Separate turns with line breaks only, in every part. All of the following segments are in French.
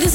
This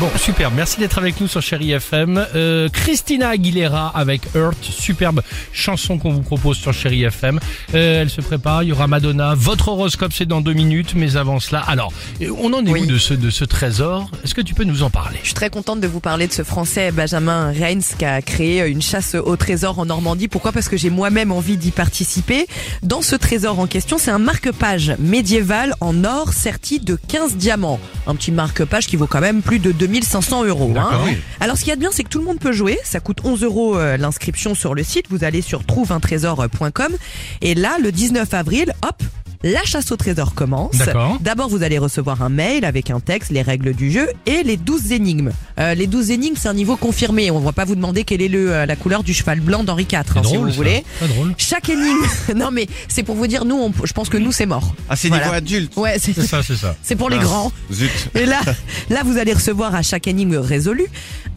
Bon, super. Merci d'être avec nous sur Chéri FM. Euh, Christina Aguilera avec Hurt, superbe chanson qu'on vous propose sur Chéri FM. Euh, elle se prépare. Il y aura Madonna. Votre horoscope, c'est dans deux minutes. Mais avant cela, alors, euh, on en est
Oui.
où de ce de ce trésor Est-ce que tu peux nous en parler
Je suis très contente de vous parler de ce Français Benjamin Reins qui a créé une chasse au trésor en Normandie. Pourquoi Parce que j'ai moi-même envie d'y participer. Dans ce trésor en question, c'est un marque-page médiéval en or serti de 15 diamants. Un petit marque-page qui vaut quand même plus de 2500 euros. hein.
D'accord, oui.
Alors ce qu'il y a de bien, c'est que tout le monde peut jouer. Ça coûte 11 euros euh, l'inscription sur le site. Vous allez sur trouveuntrésor.com. Et là, le 19 avril, hop la chasse au trésor commence.
D'accord.
D'abord, vous allez recevoir un mail avec un texte, les règles du jeu et les 12 énigmes. Euh, les 12 énigmes, c'est un niveau confirmé. On ne va pas vous demander quelle est le, euh, la couleur du cheval blanc d'Henri IV, hein, si vous
ça.
voulez.
Pas drôle.
Chaque énigme, non mais c'est pour vous dire, nous, on- je pense que nous, c'est mort.
Ah, c'est
Voilà.
niveau adulte.
Ouais, c'est-
C'est ça, c'est ça.
c'est pour les
Ah,
grands.
Zut.
Et là, là, vous allez recevoir à chaque énigme résolue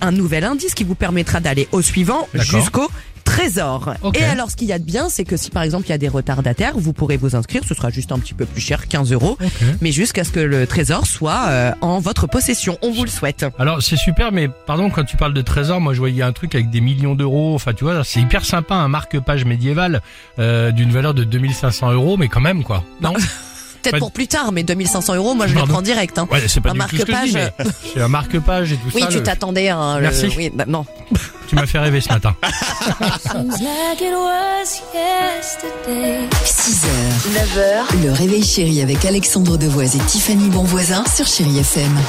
un nouvel indice qui vous permettra d'aller au suivant
D'accord.
jusqu'au trésor.
Ok.
Et alors, ce qu'il y a de bien, c'est que si par exemple il y a des retardataires, vous pourrez vous inscrire. Ce sera juste un petit peu plus cher, 15 euros, mais jusqu'à ce que le trésor soit euh, en votre possession. On vous le souhaite.
Alors c'est super, mais pardon quand tu parles de trésor, moi je voyais un truc avec des millions d'euros. Enfin tu vois, c'est hyper sympa un marque-page médiéval euh, d'une valeur de 2500 euros, mais quand même quoi. Non.
Peut-être
Pas-
pour plus tard, mais 2500 euros, moi je le
Pardon.
prends direct. hein.
Ouais, c'est pas
Un
du tout ce que je dis, mais
marque-page,
c'est un marque-page et tout
Oui,
ça.
tu
le-
t'attendais à un. le-
Merci.
Oui, bah, non.
tu m'as fait rêver ce matin.
Seems like it was yesterday.
6h, 9h, le réveil chéri avec Alexandre Devoise et Tiffany Bonvoisin sur Chérie FM.